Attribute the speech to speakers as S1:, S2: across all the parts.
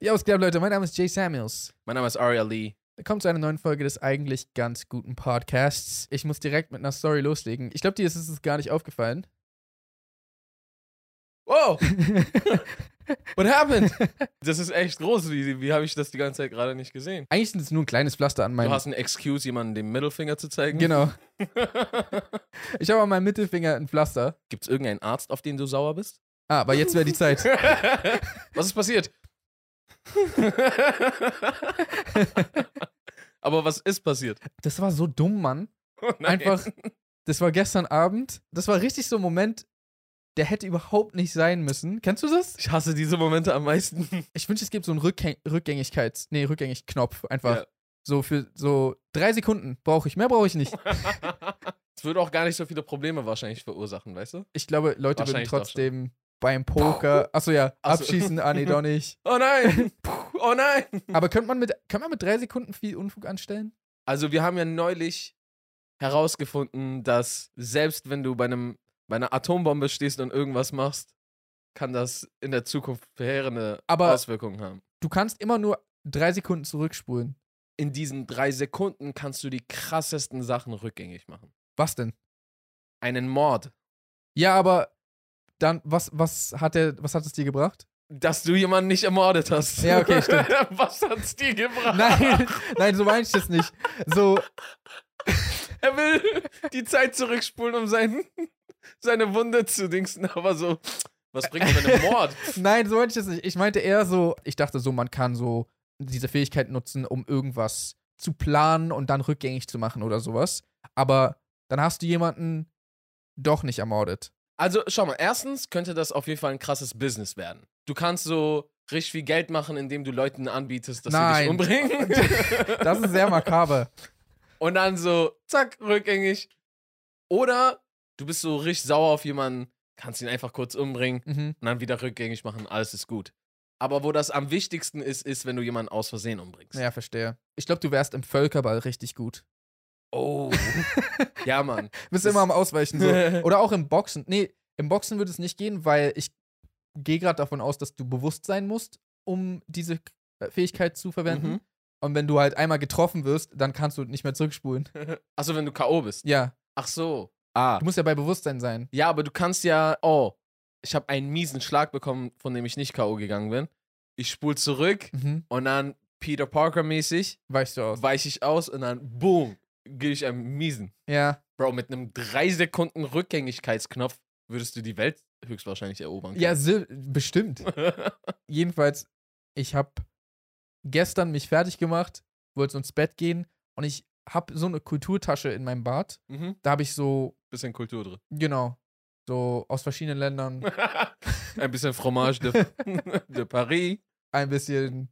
S1: Ja, was geht ab, Leute? Mein Name ist Jay Samuels.
S2: Mein Name ist Aria Lee.
S1: Willkommen zu einer neuen Folge des eigentlich ganz guten Podcasts. Ich muss direkt mit einer Story loslegen. Ich glaube, dir ist es gar nicht aufgefallen.
S2: Wow, what happened? Das ist echt groß. Wie, wie habe ich das die ganze Zeit gerade nicht gesehen?
S1: Eigentlich ist es nur ein kleines Pflaster an
S2: Du
S1: meinem.
S2: hast einen Excuse, jemandem den Mittelfinger zu zeigen?
S1: Genau. Ich habe an meinem Mittelfinger ein Pflaster.
S2: Gibt es irgendeinen Arzt, auf den du sauer bist?
S1: Ah, aber jetzt wäre die Zeit.
S2: Was ist passiert? Aber was ist passiert?
S1: Das war so dumm, Mann.
S2: Oh nein.
S1: Einfach. Das war gestern Abend. Das war richtig so ein Moment, der hätte überhaupt nicht sein müssen. Kennst du das?
S2: Ich hasse diese Momente am meisten.
S1: Ich wünsche, es gibt so einen Rückgäng Rückgängigkeits-, nee, Rückgängig-Knopf. Einfach
S2: Ja.
S1: so für so drei Sekunden brauche ich. Mehr brauche ich nicht.
S2: Es würde auch gar nicht so viele Probleme wahrscheinlich verursachen, weißt du?
S1: Ich glaube, Leute würden
S2: Wahrscheinlich doch schon.
S1: trotzdem beim Poker, achso ja,
S2: Ach so.
S1: abschießen, ah nee, doch nicht.
S2: Oh nein! Oh nein!
S1: Aber könnte man mit, kann man mit drei Sekunden viel Unfug anstellen?
S2: Also wir haben ja neulich herausgefunden, dass selbst wenn du bei einem bei einer Atombombe stehst und irgendwas machst, kann das in der Zukunft verheerende
S1: Aber-
S2: Auswirkungen haben.
S1: Du kannst immer nur drei Sekunden zurückspulen.
S2: In diesen drei Sekunden kannst du die krassesten Sachen rückgängig machen.
S1: Was denn?
S2: Einen Mord,
S1: Ja, aber dann, was, was hat der, was hat es dir gebracht?
S2: dass du jemanden nicht ermordet hast.
S1: Ja, okay, stimmt.
S2: Was hat's dir gebracht?
S1: Nein, nein, so meine ich das nicht. So,
S2: Er will die Zeit zurückspulen, um seinen, seine Wunde zu dingsen, aber so, was bringt mir ein Mord?
S1: nein, so meinte ich das nicht. Ich meinte eher so, ich dachte so, man kann so diese Fähigkeit nutzen, um irgendwas zu planen und dann rückgängig zu machen oder sowas. Aber dann hast du jemanden doch nicht ermordet.
S2: Also, schau mal, erstens könnte das auf jeden Fall ein krasses Business werden. Du kannst so richtig viel Geld machen, indem du Leuten anbietest, dass
S1: Nein.
S2: sie dich umbringen.
S1: Das ist sehr makaber.
S2: Und dann so, zack, rückgängig. Oder du bist so richtig sauer auf jemanden, kannst ihn einfach kurz umbringen
S1: Mhm.
S2: und dann wieder rückgängig machen, alles ist gut. Aber wo das am wichtigsten ist, ist, wenn du jemanden aus Versehen umbringst.
S1: Ja, verstehe. Ich glaube, du wärst im Völkerball richtig gut.
S2: Oh. ja, Mann.
S1: Bist
S2: Das-
S1: immer am Ausweichen so. Oder auch im Boxen. Nee, im Boxen würde es nicht gehen, weil ich gehe gerade davon aus, dass du bewusst sein musst, um diese K- äh, Fähigkeit zu verwenden.
S2: Mhm.
S1: Und wenn du halt einmal getroffen wirst, dann kannst du nicht mehr zurückspulen.
S2: Achso, Also, wenn du K.O. bist.
S1: Ja,
S2: Ach so. Ah.
S1: du musst ja bei Bewusstsein sein.
S2: Ja, aber du kannst ja, oh, ich habe einen miesen Schlag bekommen, von dem ich nicht K.O. gegangen bin. Ich spul zurück
S1: Mhm.
S2: und dann Peter Parker-mäßig
S1: Weichst du aus.
S2: weiche ich aus und dann boom, gehe ich einem miesen.
S1: Ja.
S2: Bro, mit einem 3 Sekunden Rückgängigkeitsknopf würdest du die Welt höchstwahrscheinlich erobern.
S1: Ja, si- bestimmt.
S2: können.
S1: Jedenfalls, ich habe gestern mich fertig gemacht, wollte ins Bett gehen und ich habe so eine Kulturtasche in meinem Bad.
S2: mhm.
S1: Da habe ich so,
S2: Bisschen Kultur drin.
S1: genau, so aus verschiedenen Ländern
S2: Ein bisschen Fromage de, de Paris.
S1: ein bisschen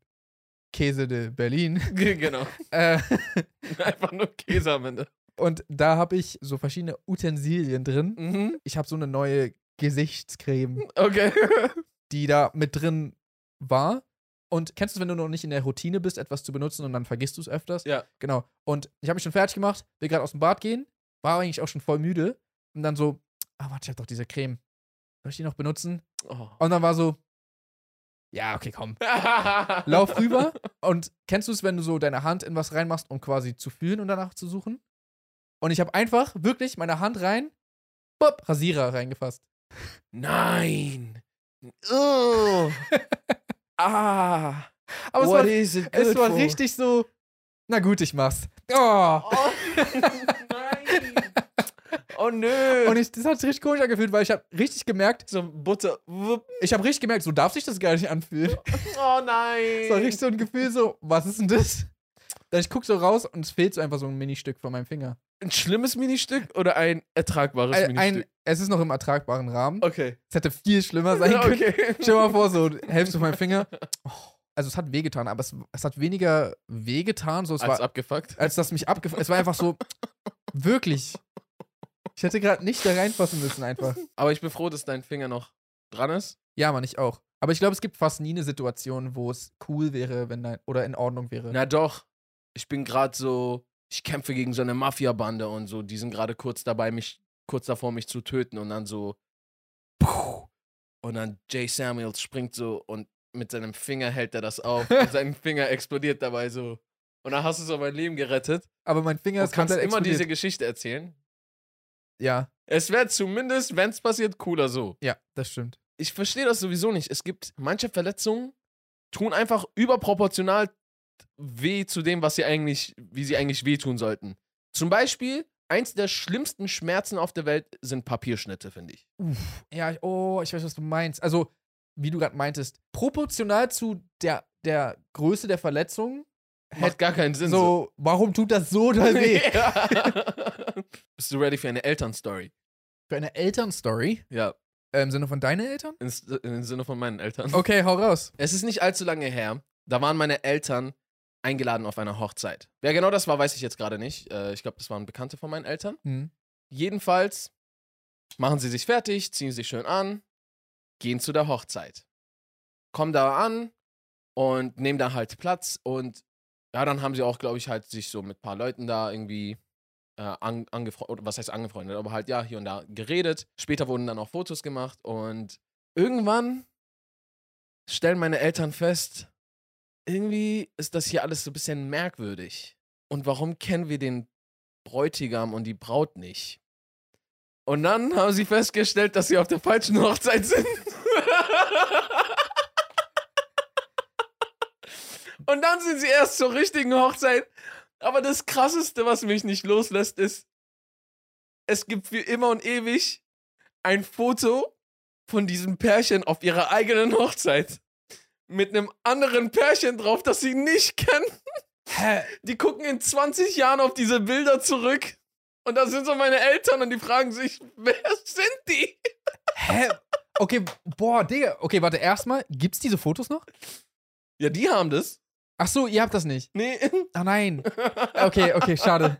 S1: Käse de Berlin.
S2: Ge- Genau.
S1: Äh,
S2: Einfach nur Käse am Ende.
S1: und da habe ich so verschiedene Utensilien drin.
S2: Mhm.
S1: Ich habe so eine neue Gesichtscreme,
S2: Okay.
S1: die da mit drin war. Und kennst du, wenn du noch nicht in der Routine bist, etwas zu benutzen und dann vergisst du es öfters?
S2: Ja.
S1: Genau. Und ich habe mich schon fertig gemacht, will gerade aus dem Bad gehen, war eigentlich auch schon voll müde. Und dann so, ah, warte, ich habe doch diese Creme. Soll ich die noch benutzen?
S2: Oh.
S1: Und dann war so, ja, okay, komm. Lauf rüber und kennst du es, wenn du so deine Hand in was reinmachst, um quasi zu fühlen und danach zu suchen? Und ich habe einfach wirklich meine Hand rein, bop, Rasierer reingefasst.
S2: Nein. Oh. ah.
S1: Aber es
S2: what
S1: war,
S2: is it
S1: es
S2: good
S1: war
S2: for?
S1: richtig so, na gut, ich mach's. Oh.
S2: Oh nein. Oh nö.
S1: Und ich, das hat sich richtig komisch angefühlt, weil ich habe richtig gemerkt,
S2: so Butter. Wupp.
S1: ich habe richtig gemerkt, so darf sich das gar nicht anfühlen.
S2: Oh nein.
S1: Es war richtig so ein Gefühl so, was ist denn das? Dann ich guck so raus und es fehlt so einfach so ein Ministück von meinem Finger.
S2: ein schlimmes Ministück oder ein ertragbares
S1: Ein, ein,
S2: Ministück?
S1: es ist noch im ertragbaren Rahmen.
S2: okay.
S1: Es hätte viel schlimmer sein können.
S2: okay.
S1: Stell dir mal vor, so Hälfte von meinem Finger. Oh, also es hat wehgetan, aber es, es hat weniger wehgetan, so es
S2: Als
S1: war,
S2: abgefuckt.
S1: als dass mich abgef. Es war einfach so wirklich. Ich hätte gerade nicht da reinfassen müssen, einfach.
S2: Aber ich bin froh, dass dein Finger noch dran ist.
S1: Ja, Mann, ich auch. Aber ich glaube, es gibt fast nie eine Situation, wo es cool wäre, wenn dein oder in Ordnung wäre.
S2: Na doch. Ich bin gerade so ich kämpfe gegen so eine Mafia-Bande und so, die sind gerade kurz dabei, mich, kurz davor, mich zu töten und dann so, puh, und dann Jay Samuels springt so und mit seinem Finger hält er das auf und sein Finger explodiert dabei so. Und dann hast du so mein Leben gerettet.
S1: Aber mein Finger
S2: Du
S1: ist
S2: kannst
S1: komplett
S2: immer
S1: explodiert.
S2: diese Geschichte erzählen.
S1: Ja,
S2: Es wäre zumindest, wenn es passiert, cooler so.
S1: ja, das stimmt.
S2: Ich verstehe das sowieso nicht. Es gibt manche Verletzungen, tun einfach überproportional weh zu dem, was sie eigentlich, wie sie eigentlich wehtun sollten. Zum Beispiel, eins der schlimmsten Schmerzen auf der Welt sind Papierschnitte, finde ich.
S1: Ja, ich- oh, ich weiß, was du meinst. Also, wie du gerade meintest, proportional zu der, der Größe der Verletzung,
S2: Hat gar keinen Sinn.
S1: so, warum tut das so doll weh?
S2: Ja. Bist du ready für eine Elternstory?
S1: Für eine Elternstory?
S2: Ja,
S1: Äh, Im Sinne von deinen Eltern?
S2: im S- im Sinne von meinen Eltern.
S1: Okay, hau raus.
S2: Es ist nicht allzu lange her, da waren meine Eltern eingeladen auf einer Hochzeit. Wer genau das war, weiß ich jetzt gerade nicht. Äh, Ich glaube, das waren Bekannte von meinen Eltern.
S1: Hm.
S2: Jedenfalls machen sie sich fertig, ziehen sich schön an, gehen zu der Hochzeit. Kommen da an und nehmen dann halt Platz und ja, dann haben sie auch, glaube ich, halt sich so mit ein paar Leuten da irgendwie äh, an, angefreundet, oder was heißt angefreundet, aber halt ja, hier und da geredet. Später wurden dann auch Fotos gemacht und irgendwann stellen meine Eltern fest, irgendwie ist das hier alles so ein bisschen merkwürdig. Und warum kennen wir den Bräutigam und die Braut nicht? Und dann haben sie festgestellt, dass sie auf der falschen Hochzeit sind. und dann sind sie erst zur richtigen Hochzeit. Aber das Krasseste, was mich nicht loslässt, ist, es gibt für immer und ewig ein Foto von diesem Pärchen auf ihrer eigenen Hochzeit. Mit einem anderen Pärchen drauf, das sie nicht kennen.
S1: Hä?
S2: Die gucken in 20 Jahren auf diese Bilder zurück. Und da sind so meine Eltern und die fragen sich, wer sind die?
S1: Hä? Okay, boah, Digga. Okay, warte, erstmal, gibt's diese Fotos noch?
S2: Ja, die haben das.
S1: Ach so, ihr habt das nicht.
S2: Nee.
S1: Ah nein. Okay, okay, schade.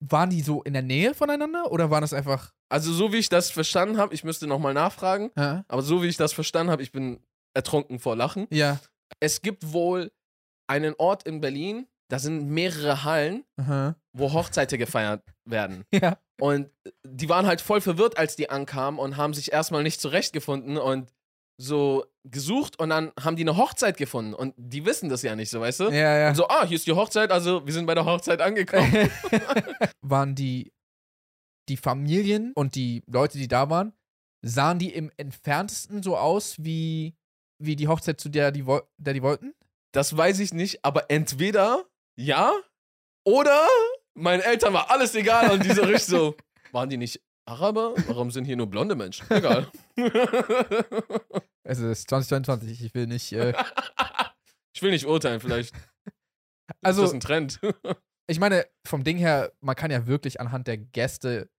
S1: Waren die so in der Nähe voneinander oder waren das einfach.
S2: Also, so wie ich das verstanden habe, ich müsste nochmal nachfragen,
S1: Hä?
S2: aber so wie ich das verstanden habe, ich bin ertrunken vor Lachen.
S1: Ja.
S2: Es gibt wohl einen Ort in Berlin, da sind mehrere Hallen,
S1: Aha.
S2: wo Hochzeiten gefeiert werden.
S1: Ja.
S2: Und die waren halt voll verwirrt, als die ankamen und haben sich erstmal nicht zurechtgefunden und so gesucht und dann haben die eine Hochzeit gefunden. Und die wissen das ja nicht so, weißt du?
S1: Ja, ja.
S2: Und so, ah, hier ist die Hochzeit, also wir sind bei der Hochzeit angekommen.
S1: waren die, die Familien und die Leute, die da waren, sahen die im entferntesten so aus wie, wie die Hochzeit, zu der die, woll- der die wollten?
S2: Das weiß ich nicht, aber entweder ja oder meinen Eltern war alles egal und diese richtig so, waren die nicht Araber? Warum sind hier nur blonde Menschen? Egal.
S1: Also es ist 2022, ich will nicht. Äh,
S2: ich will nicht urteilen, vielleicht ist das
S1: also
S2: ein Trend.
S1: ich meine, vom Ding her, man kann ja wirklich anhand der Gäste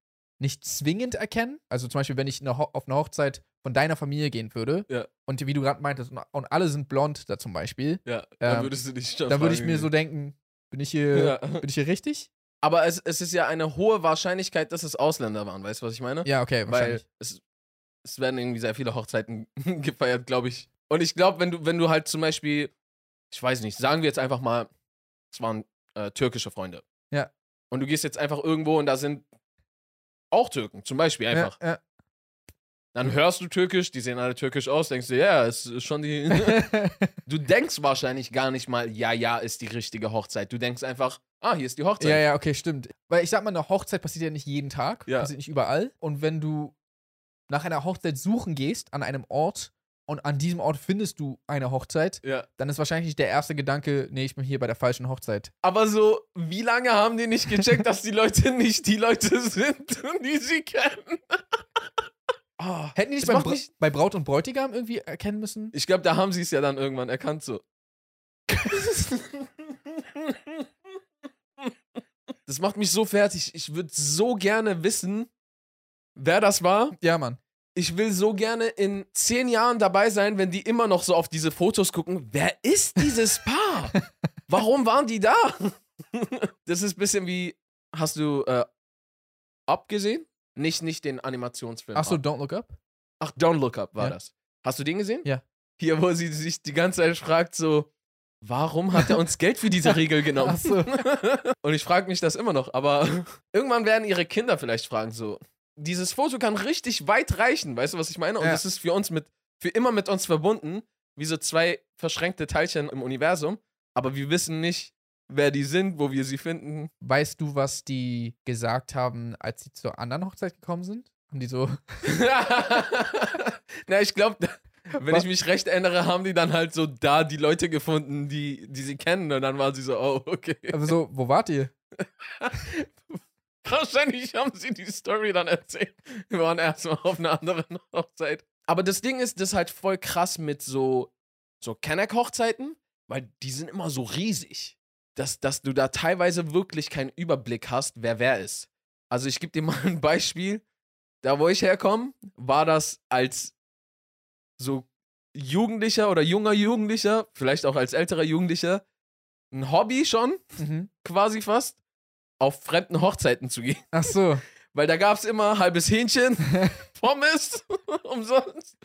S1: nicht zwingend erkennen. Also zum Beispiel, wenn ich eine Ho- auf eine Hochzeit von deiner Familie gehen würde
S2: Ja.
S1: und wie du gerade meintest, und, und alle sind blond da zum Beispiel,
S2: ja, dann
S1: Ähm,
S2: würdest du dich schon
S1: dann würde ich
S2: fragen,
S1: mir so denken, bin ich hier,
S2: Ja.
S1: bin ich hier richtig?
S2: Äh, Aber es, es ist ja eine hohe Wahrscheinlichkeit, dass es Ausländer waren, weißt du, was ich meine?
S1: Ja, okay,
S2: Weil
S1: wahrscheinlich.
S2: es, es werden irgendwie sehr viele Hochzeiten gefeiert, glaube ich. Und ich glaube, wenn du, wenn du halt zum Beispiel, ich weiß nicht, sagen wir jetzt einfach mal, es waren äh, türkische Freunde.
S1: Ja.
S2: Und du gehst jetzt einfach irgendwo und da sind auch Türken, zum Beispiel einfach.
S1: Ja,
S2: Dann hörst du türkisch, die sehen alle türkisch aus, denkst du, ja, es ist schon die.
S1: ja.
S2: du denkst wahrscheinlich gar nicht mal, ja, ja, ist die richtige Hochzeit. Du denkst einfach, ah, hier ist die Hochzeit.
S1: Ja, ja, okay, stimmt. Weil ich sag mal, eine Hochzeit passiert ja nicht jeden Tag,
S2: Ja.
S1: passiert nicht überall. Und wenn du nach einer Hochzeit suchen gehst an einem Ort und an diesem Ort findest du eine Hochzeit,
S2: ja.
S1: dann ist wahrscheinlich der erste Gedanke, nee, ich bin hier bei der falschen Hochzeit.
S2: Aber so, wie lange haben die nicht gecheckt, dass die Leute nicht die Leute sind, die sie kennen?
S1: Hätten die nicht
S2: Es
S1: bei,
S2: macht
S1: Bra
S2: mich-
S1: bei Braut und Bräutigam irgendwie erkennen müssen?
S2: Ich glaube, da haben sie es ja dann irgendwann erkannt so. Das macht mich so fertig. Ich würde so gerne wissen, wer das war.
S1: Ja, Mann.
S2: Ich will so gerne in zehn Jahren dabei sein, wenn die immer noch so auf diese Fotos gucken. Wer ist dieses Paar? Warum waren die da? Das ist ein bisschen wie, hast du äh, Up gesehen? Nicht, nicht den Animationsfilm.
S1: Achso,
S2: Up.
S1: Don't Look Up?
S2: Ach, Don't Look Up war
S1: Ja.
S2: das. Hast du den gesehen?
S1: Ja.
S2: Hier, wo sie sich die ganze Zeit fragt, so, warum hat er uns Geld für diese Regel genommen?
S1: Achso.
S2: Und ich frage mich das immer noch, aber irgendwann werden ihre Kinder vielleicht fragen so, dieses Foto kann richtig weit reichen, weißt du, was ich meine? Und
S1: Ja.
S2: das ist für uns mit, für immer mit uns verbunden, wie so zwei verschränkte Teilchen im Universum, aber wir wissen nicht, wer die sind, wo wir sie finden.
S1: Weißt du, was die gesagt haben, als sie zur anderen Hochzeit gekommen sind? Haben die so,
S2: Na, ich glaube, wenn
S1: Wa-
S2: ich mich recht erinnere, haben die dann halt so da die Leute gefunden, die, die sie kennen. Und dann war sie so, oh, okay.
S1: also so, wo wart ihr?
S2: Wahrscheinlich haben sie die Story dann erzählt. Wir waren erstmal auf einer anderen Hochzeit. Aber das Ding ist, das ist halt voll krass mit so, so Kenneck-Hochzeiten, weil die sind immer so riesig, dass, dass du da teilweise wirklich keinen Überblick hast, wer wer ist. Also ich gebe dir mal ein Beispiel. Da, wo ich herkomme, war das als so Jugendlicher oder junger Jugendlicher, vielleicht auch als älterer Jugendlicher, ein Hobby schon,
S1: Mhm.
S2: quasi fast, auf fremden Hochzeiten zu gehen.
S1: Ach so.
S2: Weil da gab es immer halbes Hähnchen, Pommes, umsonst.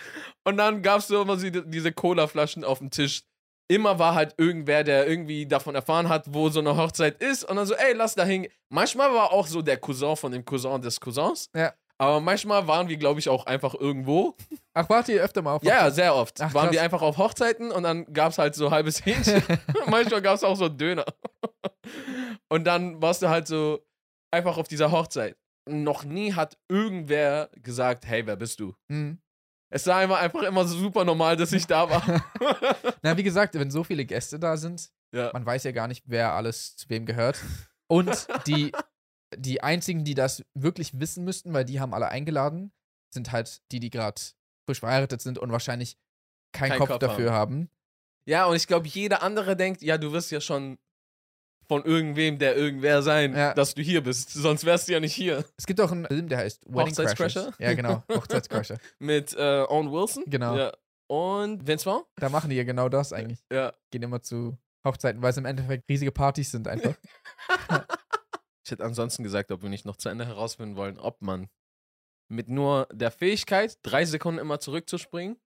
S2: Und dann gab es so immer sie- diese Cola-Flaschen auf dem Tisch. Immer war halt irgendwer, der irgendwie davon erfahren hat, wo so eine Hochzeit ist. Und dann so, ey, lass da hingehen. Manchmal war auch so der Cousin von dem Cousin des Cousins.
S1: Ja.
S2: Aber manchmal waren wir, glaube ich, auch einfach irgendwo.
S1: Ach, wart ihr öfter mal auf?
S2: Ja, ja, sehr oft.
S1: Ach,
S2: waren wir
S1: krass.
S2: einfach auf Hochzeiten und dann gab es halt so halbes Hähnchen. Manchmal gab es auch so Döner. Und dann warst du halt so einfach auf dieser Hochzeit. Noch nie hat irgendwer gesagt, hey, wer bist du?
S1: Mhm.
S2: Es war immer, einfach immer super normal, dass ich da war.
S1: Na, wie gesagt, wenn so viele Gäste da sind,
S2: ja.
S1: man weiß ja gar nicht, wer alles zu wem gehört. Und die, die einzigen, die das wirklich wissen müssten, weil die haben alle eingeladen, sind halt die, die gerade frisch verheiratet sind und wahrscheinlich keinen
S2: Keinen
S1: Kopf,
S2: Kopf
S1: dafür haben.
S2: ja, und ich glaube, jeder andere denkt, ja, du wirst ja schon von irgendwem, der irgendwer sein,
S1: Ja.
S2: dass du hier bist. Sonst wärst du ja nicht hier.
S1: Es gibt auch einen Film, der heißt Wedding
S2: Hochzeitscrasher?
S1: Crashers. Ja, genau. Hochzeitscrasher.
S2: Mit äh, Owen Wilson.
S1: Genau.
S2: Ja. Und Vince Vaughn.
S1: Da machen die ja genau das eigentlich.
S2: Ja.
S1: Gehen immer zu Hochzeiten, weil es im Endeffekt riesige Partys sind einfach.
S2: Ich hätte ansonsten gesagt, ob wir nicht noch zu Ende herausfinden wollen, ob man mit nur der Fähigkeit, drei Sekunden immer zurückzuspringen,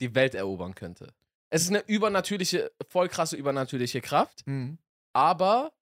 S2: die Welt erobern könnte. Es ist eine übernatürliche, voll krasse übernatürliche Kraft,
S1: Mhm.
S2: aber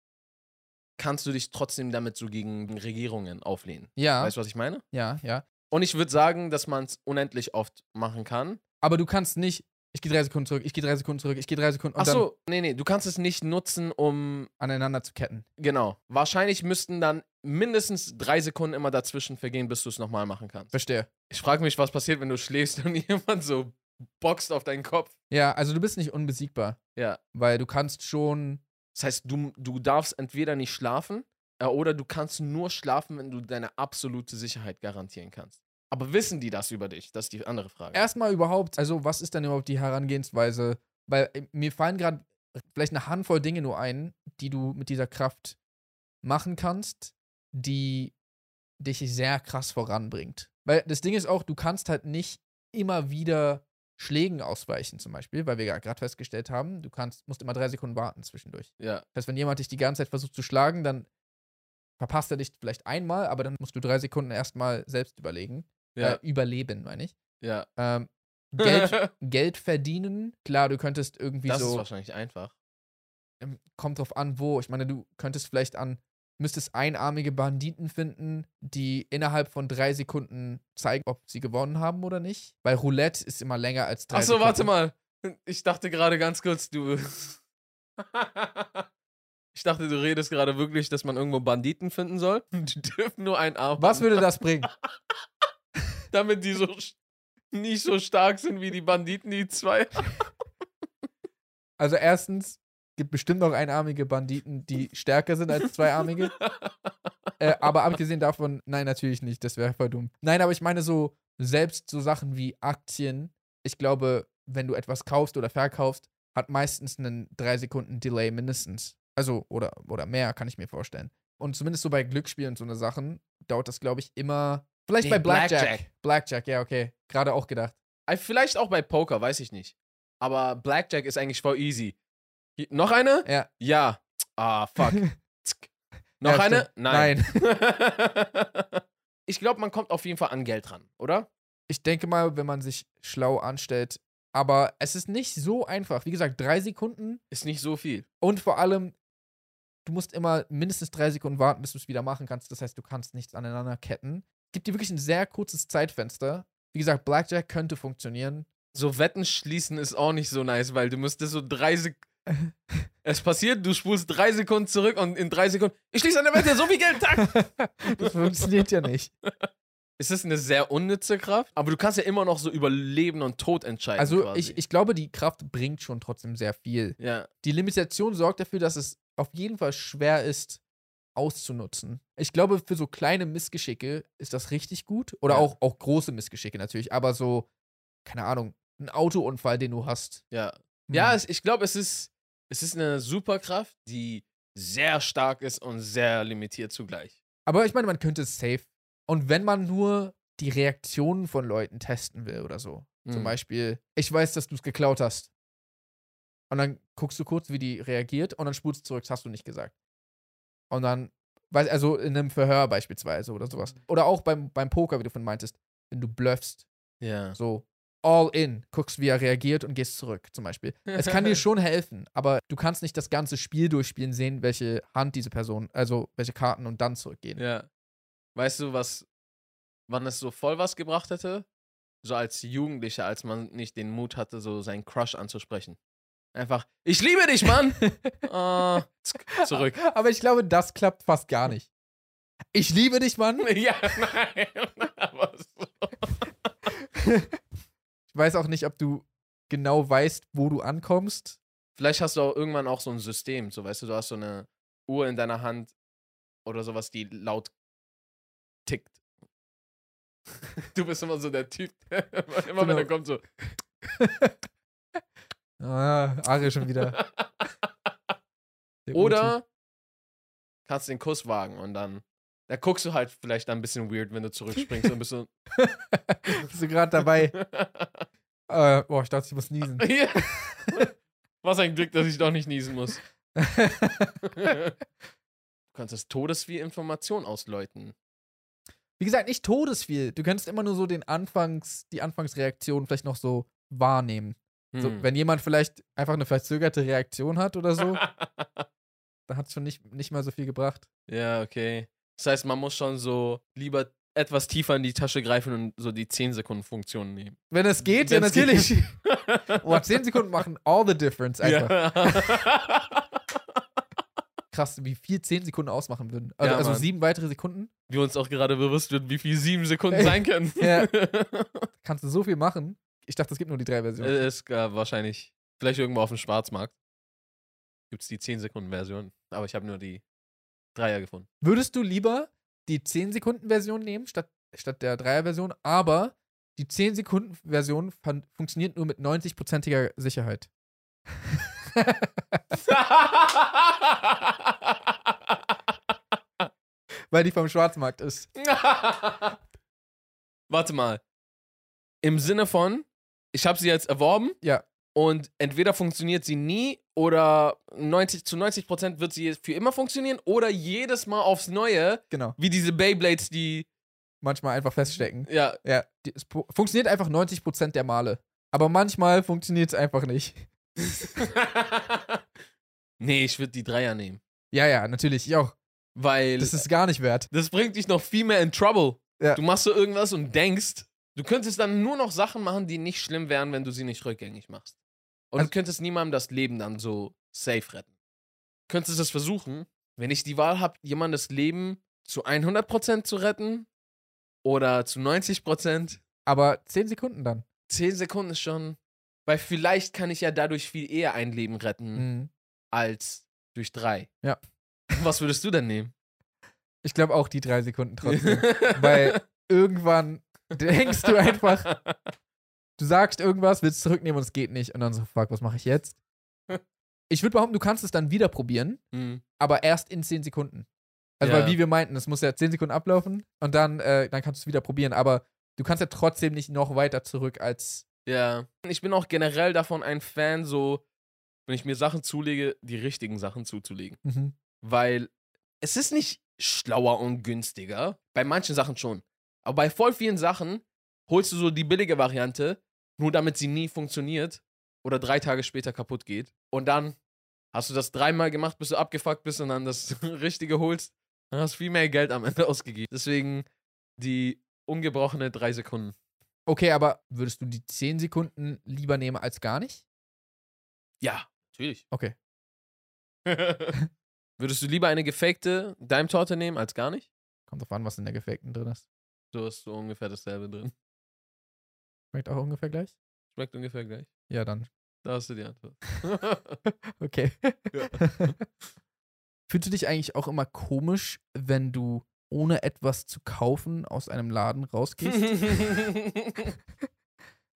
S2: kannst du dich trotzdem damit so gegen Regierungen auflehnen.
S1: Ja,
S2: Weißt du, was ich meine?
S1: ja, ja.
S2: Und ich würde sagen, dass man es unendlich oft machen kann.
S1: Aber du kannst nicht, ich gehe drei Sekunden zurück, ich gehe drei Sekunden zurück, ich gehe drei Sekunden und dann
S2: Achso, nee, nee, du kannst es nicht nutzen, um
S1: aneinander zu ketten.
S2: Genau. Wahrscheinlich müssten dann mindestens drei Sekunden immer dazwischen vergehen, bis du es nochmal machen kannst.
S1: Verstehe.
S2: Ich frage mich, was passiert, wenn du schläfst und jemand so boxt auf deinen Kopf.
S1: Ja, also du bist nicht unbesiegbar.
S2: Ja.
S1: Weil du kannst schon.
S2: Das heißt, du, du darfst entweder nicht schlafen äh, oder du kannst nur schlafen, wenn du deine absolute Sicherheit garantieren kannst. Aber wissen die das über dich? Das ist die andere Frage.
S1: Erstmal überhaupt, also was ist denn überhaupt die Herangehensweise? Weil äh, mir fallen gerade vielleicht eine Handvoll Dinge nur ein, die du mit dieser Kraft machen kannst, die dich sehr krass voranbringt. Weil das Ding ist auch, du kannst halt nicht immer wieder Schlägen ausweichen, zum Beispiel, weil wir gerade festgestellt haben, du kannst, musst immer drei Sekunden warten zwischendurch.
S2: ja.
S1: Das heißt, wenn jemand dich die ganze Zeit versucht zu schlagen, dann verpasst er dich vielleicht einmal, aber dann musst du drei Sekunden erstmal selbst überlegen.
S2: Ja.
S1: Äh, überleben, meine ich.
S2: ja.
S1: Ähm, Geld, Geld verdienen, klar, du könntest irgendwie
S2: das ist
S1: so,
S2: wahrscheinlich einfach.
S1: ähm, kommt drauf an, wo. Ich meine, du könntest vielleicht an, müsstest einarmige Banditen finden, die innerhalb von drei Sekunden zeigen, ob sie gewonnen haben oder nicht. Weil Roulette ist immer länger als drei
S2: Achso,
S1: Sekunden.
S2: warte mal. Ich dachte gerade ganz kurz, du. ich dachte, du redest gerade wirklich, dass man irgendwo Banditen finden soll. Die dürfen nur einen Arm.
S1: Was
S2: haben,
S1: würde das bringen?
S2: Damit die so sch- nicht so stark sind wie die Banditen, die zwei.
S1: Also erstens gibt bestimmt auch einarmige Banditen, die stärker sind als zweiarmige. äh, aber abgesehen davon, nein, natürlich nicht. Das wäre voll dumm. Nein, aber ich meine so selbst so Sachen wie Aktien. Ich glaube, wenn du etwas kaufst oder verkaufst, hat meistens einen drei Sekunden Delay mindestens. Also oder oder mehr kann ich mir vorstellen. Und zumindest so bei Glücksspielen und so eine Sachen dauert das, glaube ich, immer. Vielleicht
S2: Nee,
S1: bei Blackjack.
S2: Blackjack.
S1: Blackjack. ja okay. Gerade auch gedacht.
S2: Äh, Vielleicht auch bei Poker, weiß ich nicht. Aber Blackjack ist eigentlich voll easy. Hier, noch eine?
S1: Ja.
S2: Ja. Ah, fuck. Zck. Noch
S1: Ja,
S2: eine?
S1: stimmt.
S2: Nein.
S1: Nein.
S2: ich glaube, man kommt auf jeden Fall an Geld ran, oder?
S1: ich denke mal, wenn man sich schlau anstellt, Aber es ist nicht so einfach. Wie gesagt, drei Sekunden
S2: Ist nicht so viel.
S1: und vor allem, du musst immer mindestens drei Sekunden warten, bis du es wieder machen kannst. Das heißt, du kannst nichts aneinander ketten. Gibt dir wirklich ein sehr kurzes Zeitfenster. Wie gesagt, Blackjack könnte funktionieren.
S2: So Wetten schließen ist auch nicht so nice, weil du müsstest so drei Sekunden. Es passiert, du spulst drei Sekunden zurück und in drei Sekunden. Ich schließe eine Wette, so viel Geld, tack!
S1: Das funktioniert ja nicht.
S2: Es ist eine sehr unnütze Kraft, aber du kannst ja immer noch so über Leben und Tod entscheiden.
S1: Also,
S2: quasi.
S1: ich, ich glaube, die Kraft bringt schon trotzdem sehr viel.
S2: Ja,
S1: Die Limitation sorgt dafür, dass es auf jeden Fall schwer ist, auszunutzen. Ich glaube, für so kleine Missgeschicke ist das richtig gut. Oder
S2: Ja.
S1: auch, auch große Missgeschicke natürlich, aber so, keine Ahnung, ein Autounfall, den du hast.
S2: ja. Ja,
S1: Hm.
S2: es, ich glaube, es ist, es ist eine Superkraft, die sehr stark ist und sehr limitiert zugleich.
S1: Aber ich meine, man könnte es safe. Und wenn man nur die Reaktionen von Leuten testen will oder so. Zum
S2: Hm.
S1: Beispiel, ich weiß, dass du es geklaut hast. Und dann guckst du kurz, wie die reagiert und dann spulst du zurück, das hast du nicht gesagt. Und dann, weiß- also in einem Verhör beispielsweise oder sowas. Oder auch beim, beim Poker, wie du von meintest, wenn du bluffst,
S2: Ja.
S1: so all in, guckst, wie er reagiert und gehst zurück zum Beispiel. Es kann dir schon helfen, aber du kannst nicht das ganze Spiel durchspielen, sehen, welche Hand diese Person, also welche Karten und dann zurückgehen.
S2: Ja. Weißt du, was, wann es so voll was gebracht hätte? So als Jugendlicher, als man nicht den Mut hatte, so seinen Crush anzusprechen. Einfach, ich liebe dich, Mann! Ah, zk, zurück.
S1: Aber ich glaube, das klappt fast gar nicht. Ich liebe dich, Mann.
S2: ja, nein. Aber so.
S1: Ich weiß auch nicht, ob du genau weißt, wo du ankommst.
S2: Vielleicht hast du auch irgendwann auch so ein System, so weißt du, du hast so eine Uhr in deiner Hand oder sowas, die laut tickt. Du bist immer so der Typ, der immer wenn er
S1: Genau.
S2: kommt, so.
S1: Ah, Ari schon wieder. Der gute.
S2: Oder kannst den Kuss wagen und dann. Da guckst du halt vielleicht dann ein bisschen weird, wenn du zurückspringst und bist so.
S1: Bist du gerade dabei? äh, boah, ich dachte, ich muss niesen.
S2: Ja. Was ein Glück, dass ich doch nicht niesen muss. du kannst das Todesvieh Information ausläuten.
S1: Wie gesagt, nicht todesviel. Du kannst immer nur so den Anfangs, die Anfangsreaktion vielleicht noch so wahrnehmen. So,
S2: Hm.
S1: wenn jemand vielleicht einfach eine verzögerte Reaktion hat oder so, dann hat es schon nicht, nicht mal so viel gebracht.
S2: Ja, okay. Das heißt, man muss schon so lieber etwas tiefer in die Tasche greifen und so die 10-Sekunden-Funktion nehmen.
S1: Wenn es geht, ja
S2: Wenn's
S1: natürlich. Boah, 10 Sekunden machen all the difference einfach.
S2: Ja.
S1: Krass, wie viel 10 Sekunden ausmachen würden. Also,
S2: Ja,
S1: also
S2: Mann.
S1: sieben weitere Sekunden.
S2: Wir uns auch gerade bewusst wird, wie viel 7 Sekunden
S1: Ey.
S2: sein können.
S1: Ja. Kannst du so viel machen? Ich dachte, es gibt nur die drei Versionen.
S2: Es ist äh, wahrscheinlich, vielleicht irgendwo auf dem Schwarzmarkt gibt es die 10-Sekunden-Version. Aber ich habe nur die Dreier gefunden.
S1: Würdest du lieber die 10-Sekunden-Version nehmen, statt, statt der Dreier-Version, aber die 10-Sekunden-Version fun funktioniert nur mit 90-prozentiger Sicherheit? Weil die vom Schwarzmarkt ist.
S2: Warte mal. Im Sinne von, ich habe sie jetzt erworben.
S1: Ja.
S2: Und entweder funktioniert sie nie oder 90, zu 90 Prozent wird sie für immer funktionieren oder jedes Mal aufs Neue,
S1: Genau.
S2: wie diese Beyblades, die,
S1: Manchmal einfach feststecken.
S2: ja,
S1: Ja, die, es pu- funktioniert einfach 90% der Male. Aber manchmal funktioniert es einfach nicht.
S2: nee, ich würde die Dreier nehmen.
S1: Ja, ja, natürlich. Ich auch.
S2: Weil
S1: Das
S2: das,
S1: ist gar nicht wert.
S2: bringt dich noch viel mehr in Trouble.
S1: Ja.
S2: Du machst so irgendwas und denkst, du könntest dann nur noch Sachen machen, die nicht schlimm wären, wenn du sie nicht rückgängig machst. Und
S1: Also-
S2: du könntest niemandem das Leben dann so safe retten. Könntest es versuchen, wenn ich die Wahl habe, jemandes Leben zu 100% zu retten oder zu 90%,
S1: Aber 10 Sekunden dann.
S2: 10 Sekunden ist schon, weil vielleicht kann ich ja dadurch viel eher ein Leben retten
S1: Mhm.
S2: als durch drei.
S1: Ja.
S2: Was würdest du denn nehmen?
S1: Ich glaube auch die drei Sekunden trotzdem. Weil irgendwann denkst du einfach, du sagst irgendwas, willst zurücknehmen und es geht nicht. Und dann so, fuck, was mache ich jetzt? Ich würde behaupten, du kannst es dann wieder probieren,
S2: Hm.
S1: aber erst in 10 Sekunden. Also,
S2: Ja.
S1: weil wie wir meinten, es muss ja 10 Sekunden ablaufen und dann, äh, dann kannst du es wieder probieren. Aber du kannst ja trotzdem nicht noch weiter zurück als.
S2: Ja. Ich bin auch generell davon ein Fan, so, wenn ich mir Sachen zulege, die richtigen Sachen zuzulegen.
S1: Mhm.
S2: Weil es ist nicht schlauer und günstiger. Bei manchen Sachen schon. Aber bei voll vielen Sachen holst du so die billige Variante, nur damit sie nie funktioniert oder drei Tage später kaputt geht. Und dann hast du das dreimal gemacht, bis du abgefuckt bist und dann das Richtige holst. Dann hast du viel mehr Geld am Ende ausgegeben. Deswegen die ungebrochene drei Sekunden.
S1: Okay, aber würdest du die 10 Sekunden lieber nehmen als gar nicht?
S2: Ja, natürlich.
S1: Okay.
S2: Würdest du lieber eine gefakte Daimtorte nehmen als gar nicht?
S1: Kommt drauf an, was in der Gefakten drin ist.
S2: So ist so ungefähr dasselbe drin.
S1: Schmeckt auch ungefähr gleich?
S2: Schmeckt ungefähr gleich.
S1: Ja, dann.
S2: Da hast du die Antwort.
S1: Okay.
S2: Ja.
S1: Fühlst du dich eigentlich auch immer komisch, wenn du ohne etwas zu kaufen aus einem Laden rausgehst?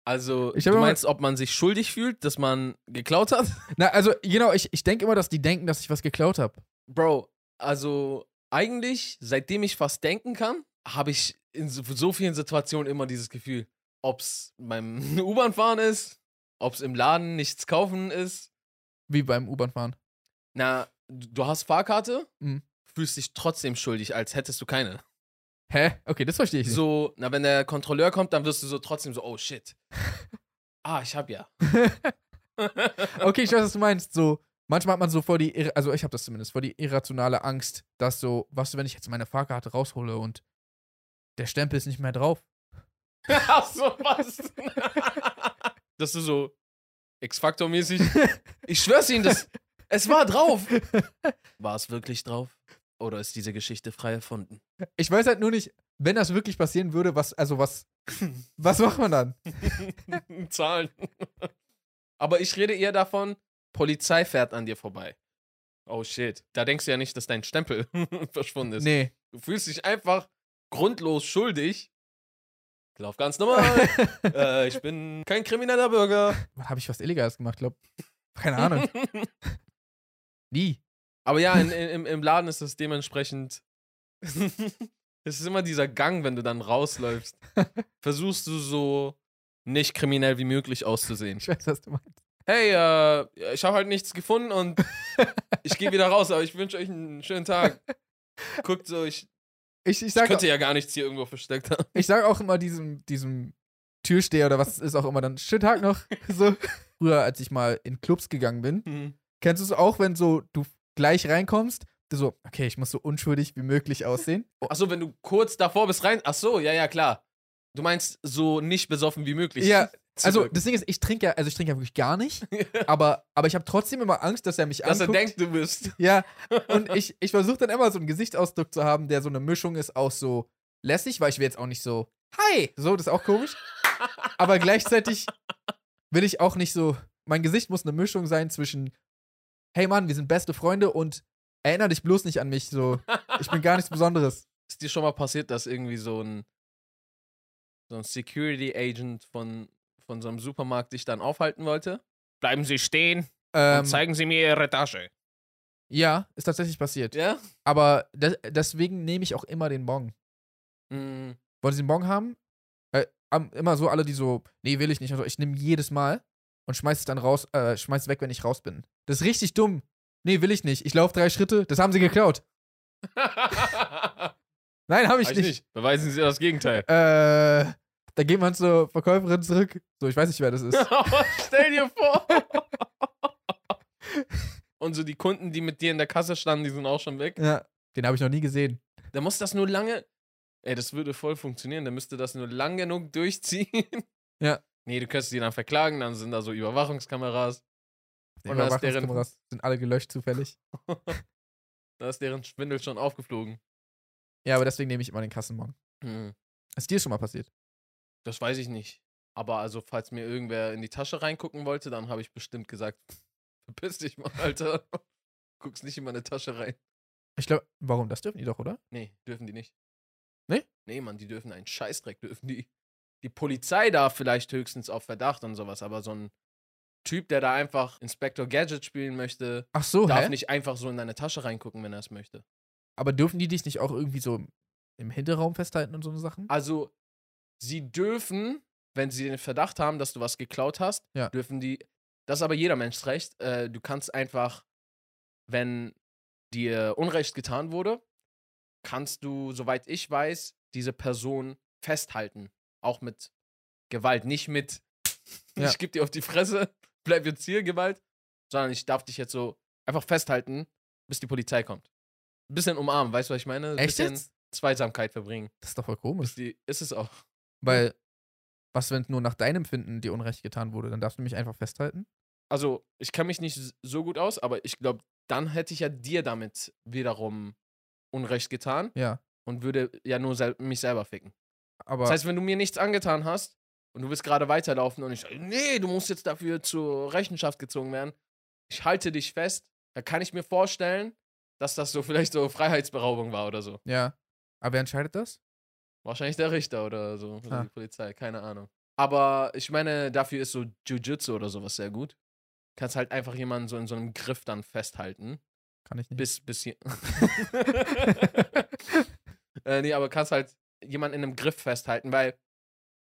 S2: also,
S1: Ich hab
S2: du
S1: immer-
S2: meinst, ob man sich schuldig fühlt, dass man geklaut hat?
S1: Na, also, genau, ich, ich denke immer, dass die denken, dass ich was geklaut habe.
S2: Bro, also eigentlich, seitdem ich fast denken kann, habe ich in so, so vielen Situationen immer dieses Gefühl. Ob's beim U-Bahn-Fahren ist, ob's im Laden nichts kaufen ist.
S1: Wie beim U-Bahn-Fahren.
S2: Na, du du hast Fahrkarte,
S1: Mhm.
S2: fühlst dich trotzdem schuldig, als hättest du keine.
S1: Hä? Okay, das verstehe ich nicht.
S2: So, na, wenn der Kontrolleur kommt, dann wirst du so trotzdem so, oh shit. ah, ich hab ja.
S1: Okay, ich weiß, was du meinst. So, manchmal hat man so vor die, irra- also ich habe das zumindest, vor die irrationale Angst, dass so, was, wenn ich jetzt meine Fahrkarte raushole und der Stempel ist nicht mehr drauf.
S2: Ach so, was? Dass du so X-Factor-mäßig. Ich schwör's Ihnen, das, es war drauf. War es wirklich drauf? Oder ist diese Geschichte frei erfunden?
S1: Ich weiß halt nur nicht, wenn das wirklich passieren würde, was, also was, was macht man dann?
S2: Zahlen. Aber ich rede eher davon, Polizei fährt an dir vorbei. Oh shit. Da denkst du ja nicht, dass dein Stempel verschwunden ist.
S1: Nee.
S2: Du fühlst dich einfach grundlos schuldig. Ich lauf ganz normal. äh, ich bin kein krimineller Bürger.
S1: Habe ich was Illegales gemacht, glaub. Keine Ahnung. Nie.
S2: Aber ja, in, in, im- im Laden ist es dementsprechend. es ist immer dieser Gang, wenn du dann rausläufst. Versuchst du so nicht kriminell wie möglich auszusehen.
S1: Ich weiß, was du meinst.
S2: Hey, äh, ich habe halt nichts gefunden und ich gehe wieder raus, aber ich wünsche euch einen schönen Tag. Guckt so, ich,
S1: Ich, ich
S2: ich
S1: sage
S2: könnte ja gar nichts hier irgendwo versteckt haben.
S1: Ich sag auch immer diesem, diesem Türsteher oder was es ist auch immer dann, schönen Tag noch. So. Früher, als ich mal in Clubs gegangen bin, kennst du es auch, wenn so du gleich reinkommst, du so, okay, ich muss so unschuldig wie möglich aussehen.
S2: Achso, wenn du kurz davor bist rein. Achso, ja, ja, klar. Du meinst so nicht besoffen wie möglich.
S1: Ja,
S2: zu
S1: Also,
S2: wirken.
S1: das Ding ist, ich trinke ja, also ich trinke ja wirklich gar nicht, aber, aber ich habe trotzdem immer Angst, dass er mich
S2: dass er
S1: anguckt.
S2: denkt, du bist.
S1: Ja, und ich, ich versuche dann immer so einen Gesichtsausdruck zu haben, der so eine Mischung ist aus so lässig, weil ich will jetzt auch nicht so, hi, so, das ist auch komisch. Aber gleichzeitig will ich auch nicht so, mein Gesicht muss eine Mischung sein zwischen, hey Mann, wir sind beste Freunde und erinnere dich bloß nicht an mich, so, ich bin gar nichts Besonderes.
S2: Ist dir schon mal passiert, dass irgendwie so ein, so ein Security Agent von, von so einem Supermarkt dich dann aufhalten wollte? Bleiben Sie stehen
S1: Ähm,
S2: Sie mir Ihre Tasche.
S1: ja, ist tatsächlich passiert.
S2: Ja?
S1: Aber de deswegen nehme ich auch immer den Bon.
S2: Mhm.
S1: Wollen Sie einen Bon haben? Äh, am- immer so alle, die so, nee, will ich nicht. und so. Ich nehme jedes Mal und schmeiß es dann raus, äh, schmeiß es weg, wenn ich raus bin. Das ist richtig dumm. Nee, will ich nicht. Ich laufe drei Schritte, das haben sie geklaut.
S2: Hab
S1: Nein, habe ich,
S2: ich
S1: nicht.
S2: nicht. Beweisen Sie das Gegenteil.
S1: Äh, da geht man zur Verkäuferin zurück. So, ich weiß nicht, wer das ist.
S2: Stell dir vor. Und so die Kunden, die mit dir in der Kasse standen, die sind auch schon weg.
S1: ja, den habe ich noch nie gesehen.
S2: Da muss das nur lange. Ey, das würde voll funktionieren. Da müsste das nur lang genug durchziehen.
S1: Ja.
S2: Nee, du könntest die dann verklagen, dann sind da so Überwachungskameras.
S1: Die
S2: Und da ist deren-
S1: Überwachungskameras sind alle gelöscht zufällig.
S2: Da ist deren Schwindel schon aufgeflogen.
S1: Ja, aber deswegen nehme ich immer den Kassenbon. Ist dir schon mal passiert?
S2: Das weiß ich nicht. Aber also, falls mir irgendwer in die Tasche reingucken wollte, dann habe ich bestimmt gesagt, verpiss dich mal, Alter. Guckst nicht in meine Tasche rein.
S1: Ich glaube, warum? Das dürfen die doch, oder?
S2: Nee, dürfen die nicht.
S1: Nee?
S2: Nee, Mann, die dürfen einen Scheißdreck, dürfen die. Die Polizei darf vielleicht höchstens auf Verdacht und sowas, aber so ein Typ, der da einfach Inspector Gadget spielen möchte,
S1: Ach so,
S2: darf
S1: hä?
S2: nicht einfach so in deine Tasche reingucken, wenn er es möchte.
S1: Aber dürfen die dich nicht auch irgendwie so im- im Hinterraum festhalten und so eine Sachen?
S2: Also, sie dürfen, wenn sie den Verdacht haben, dass du was geklaut hast,
S1: Ja.
S2: dürfen die. Das ist aber jeder Mensch recht. Äh, du kannst einfach, wenn dir Unrecht getan wurde, kannst du, soweit ich weiß, diese Person festhalten. Auch mit Gewalt. Nicht mit,
S1: Ja.
S2: Ich gebe dir auf die Fresse, bleib jetzt hier, Gewalt. Sondern ich darf dich jetzt so einfach festhalten, bis die Polizei kommt. Ein bisschen umarmen, weißt du, was ich meine? Ein
S1: Echt
S2: bisschen
S1: jetzt?
S2: Zweisamkeit verbringen.
S1: Das ist doch voll
S2: Ist,
S1: komisch.
S2: die, ist es auch.
S1: Weil, was, wenn nur nach deinem Empfinden dir Unrecht getan wurde? Dann darfst du mich einfach festhalten?
S2: Also, ich kann mich nicht s- so gut aus, aber ich glaube, dann hätte ich ja dir damit wiederum Unrecht getan
S1: Ja.
S2: und würde ja nur sel mich selber ficken.
S1: Aber
S2: Das heißt, wenn du mir nichts angetan hast und du willst gerade weiterlaufen und ich sage, nee, du musst jetzt dafür zur Rechenschaft gezogen werden, ich halte dich fest, da kann ich mir vorstellen, dass das so vielleicht so Freiheitsberaubung war oder so.
S1: Ja. Aber wer entscheidet das?
S2: Wahrscheinlich der Richter oder so, oder
S1: Ah.
S2: die Polizei, keine Ahnung. Aber ich meine, dafür ist so Jiu-Jitsu oder sowas sehr gut. Kannst halt einfach jemanden so in so einem Griff dann festhalten.
S1: Kann ich nicht.
S2: Bis, bis hier. äh, nee, aber kannst halt jemanden in einem Griff festhalten, weil,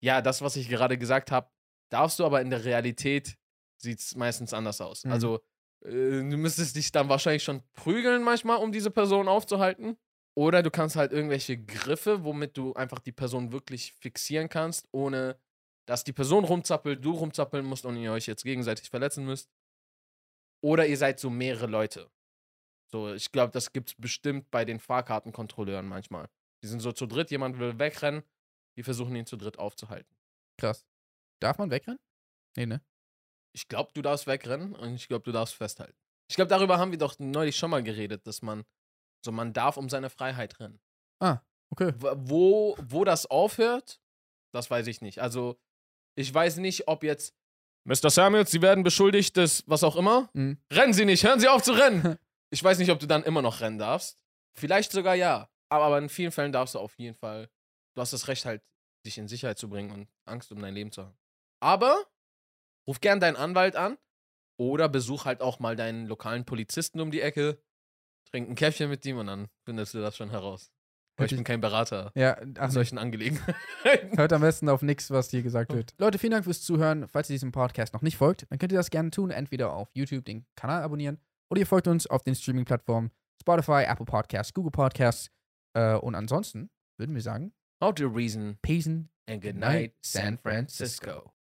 S2: ja, das, was ich gerade gesagt habe, darfst du, aber in der Realität sieht es meistens anders aus.
S1: Mhm.
S2: Also, äh, du müsstest dich dann wahrscheinlich schon prügeln manchmal, um diese Person aufzuhalten. Oder du kannst halt irgendwelche Griffe, womit du einfach die Person wirklich fixieren kannst, ohne dass die Person rumzappelt, du rumzappeln musst und ihr euch jetzt gegenseitig verletzen müsst. Oder ihr seid so mehrere Leute. So, ich glaube, das gibt's bestimmt bei den Fahrkartenkontrolleuren manchmal. Die sind so zu dritt, jemand will wegrennen, die versuchen ihn zu dritt aufzuhalten.
S1: Krass. Darf man wegrennen? Nee, ne?
S2: Ich glaube, du darfst wegrennen und ich glaube, du darfst festhalten. Ich glaube, darüber haben wir doch neulich schon mal geredet, dass man so man darf um seine Freiheit rennen.
S1: Ah, okay.
S2: W- Wo, wo das aufhört, das weiß ich nicht. Also, ich weiß nicht, ob jetzt. Mr. Samuels, Sie werden beschuldigt des was auch immer.
S1: Mhm.
S2: Rennen Sie nicht, hören Sie auf zu rennen. Ich weiß nicht, ob du dann immer noch rennen darfst. Vielleicht sogar ja. Aber, aber in vielen Fällen darfst du auf jeden Fall. Du hast das Recht, halt, dich in Sicherheit zu bringen und Angst um dein Leben zu haben. Aber ruf gern deinen Anwalt an oder besuch halt auch mal deinen lokalen Polizisten um die Ecke, trink ein Käffchen mit ihm und dann findest du das schon heraus. Weil ich
S1: Hätte
S2: bin kein Berater
S1: Ja,
S2: an
S1: ach so,
S2: solchen Angelegenheiten.
S1: Hört am besten auf nichts, was hier gesagt wird. Leute, vielen Dank fürs Zuhören. Falls ihr diesem Podcast noch nicht folgt, dann könnt ihr das gerne tun. Entweder auf YouTube den Kanal abonnieren oder ihr folgt uns auf den Streaming-Plattformen Spotify, Apple Podcasts, Google Podcasts. Äh, und ansonsten würden wir sagen,
S2: Out your reason
S1: Pesen
S2: and good
S1: night,
S2: night, San Francisco.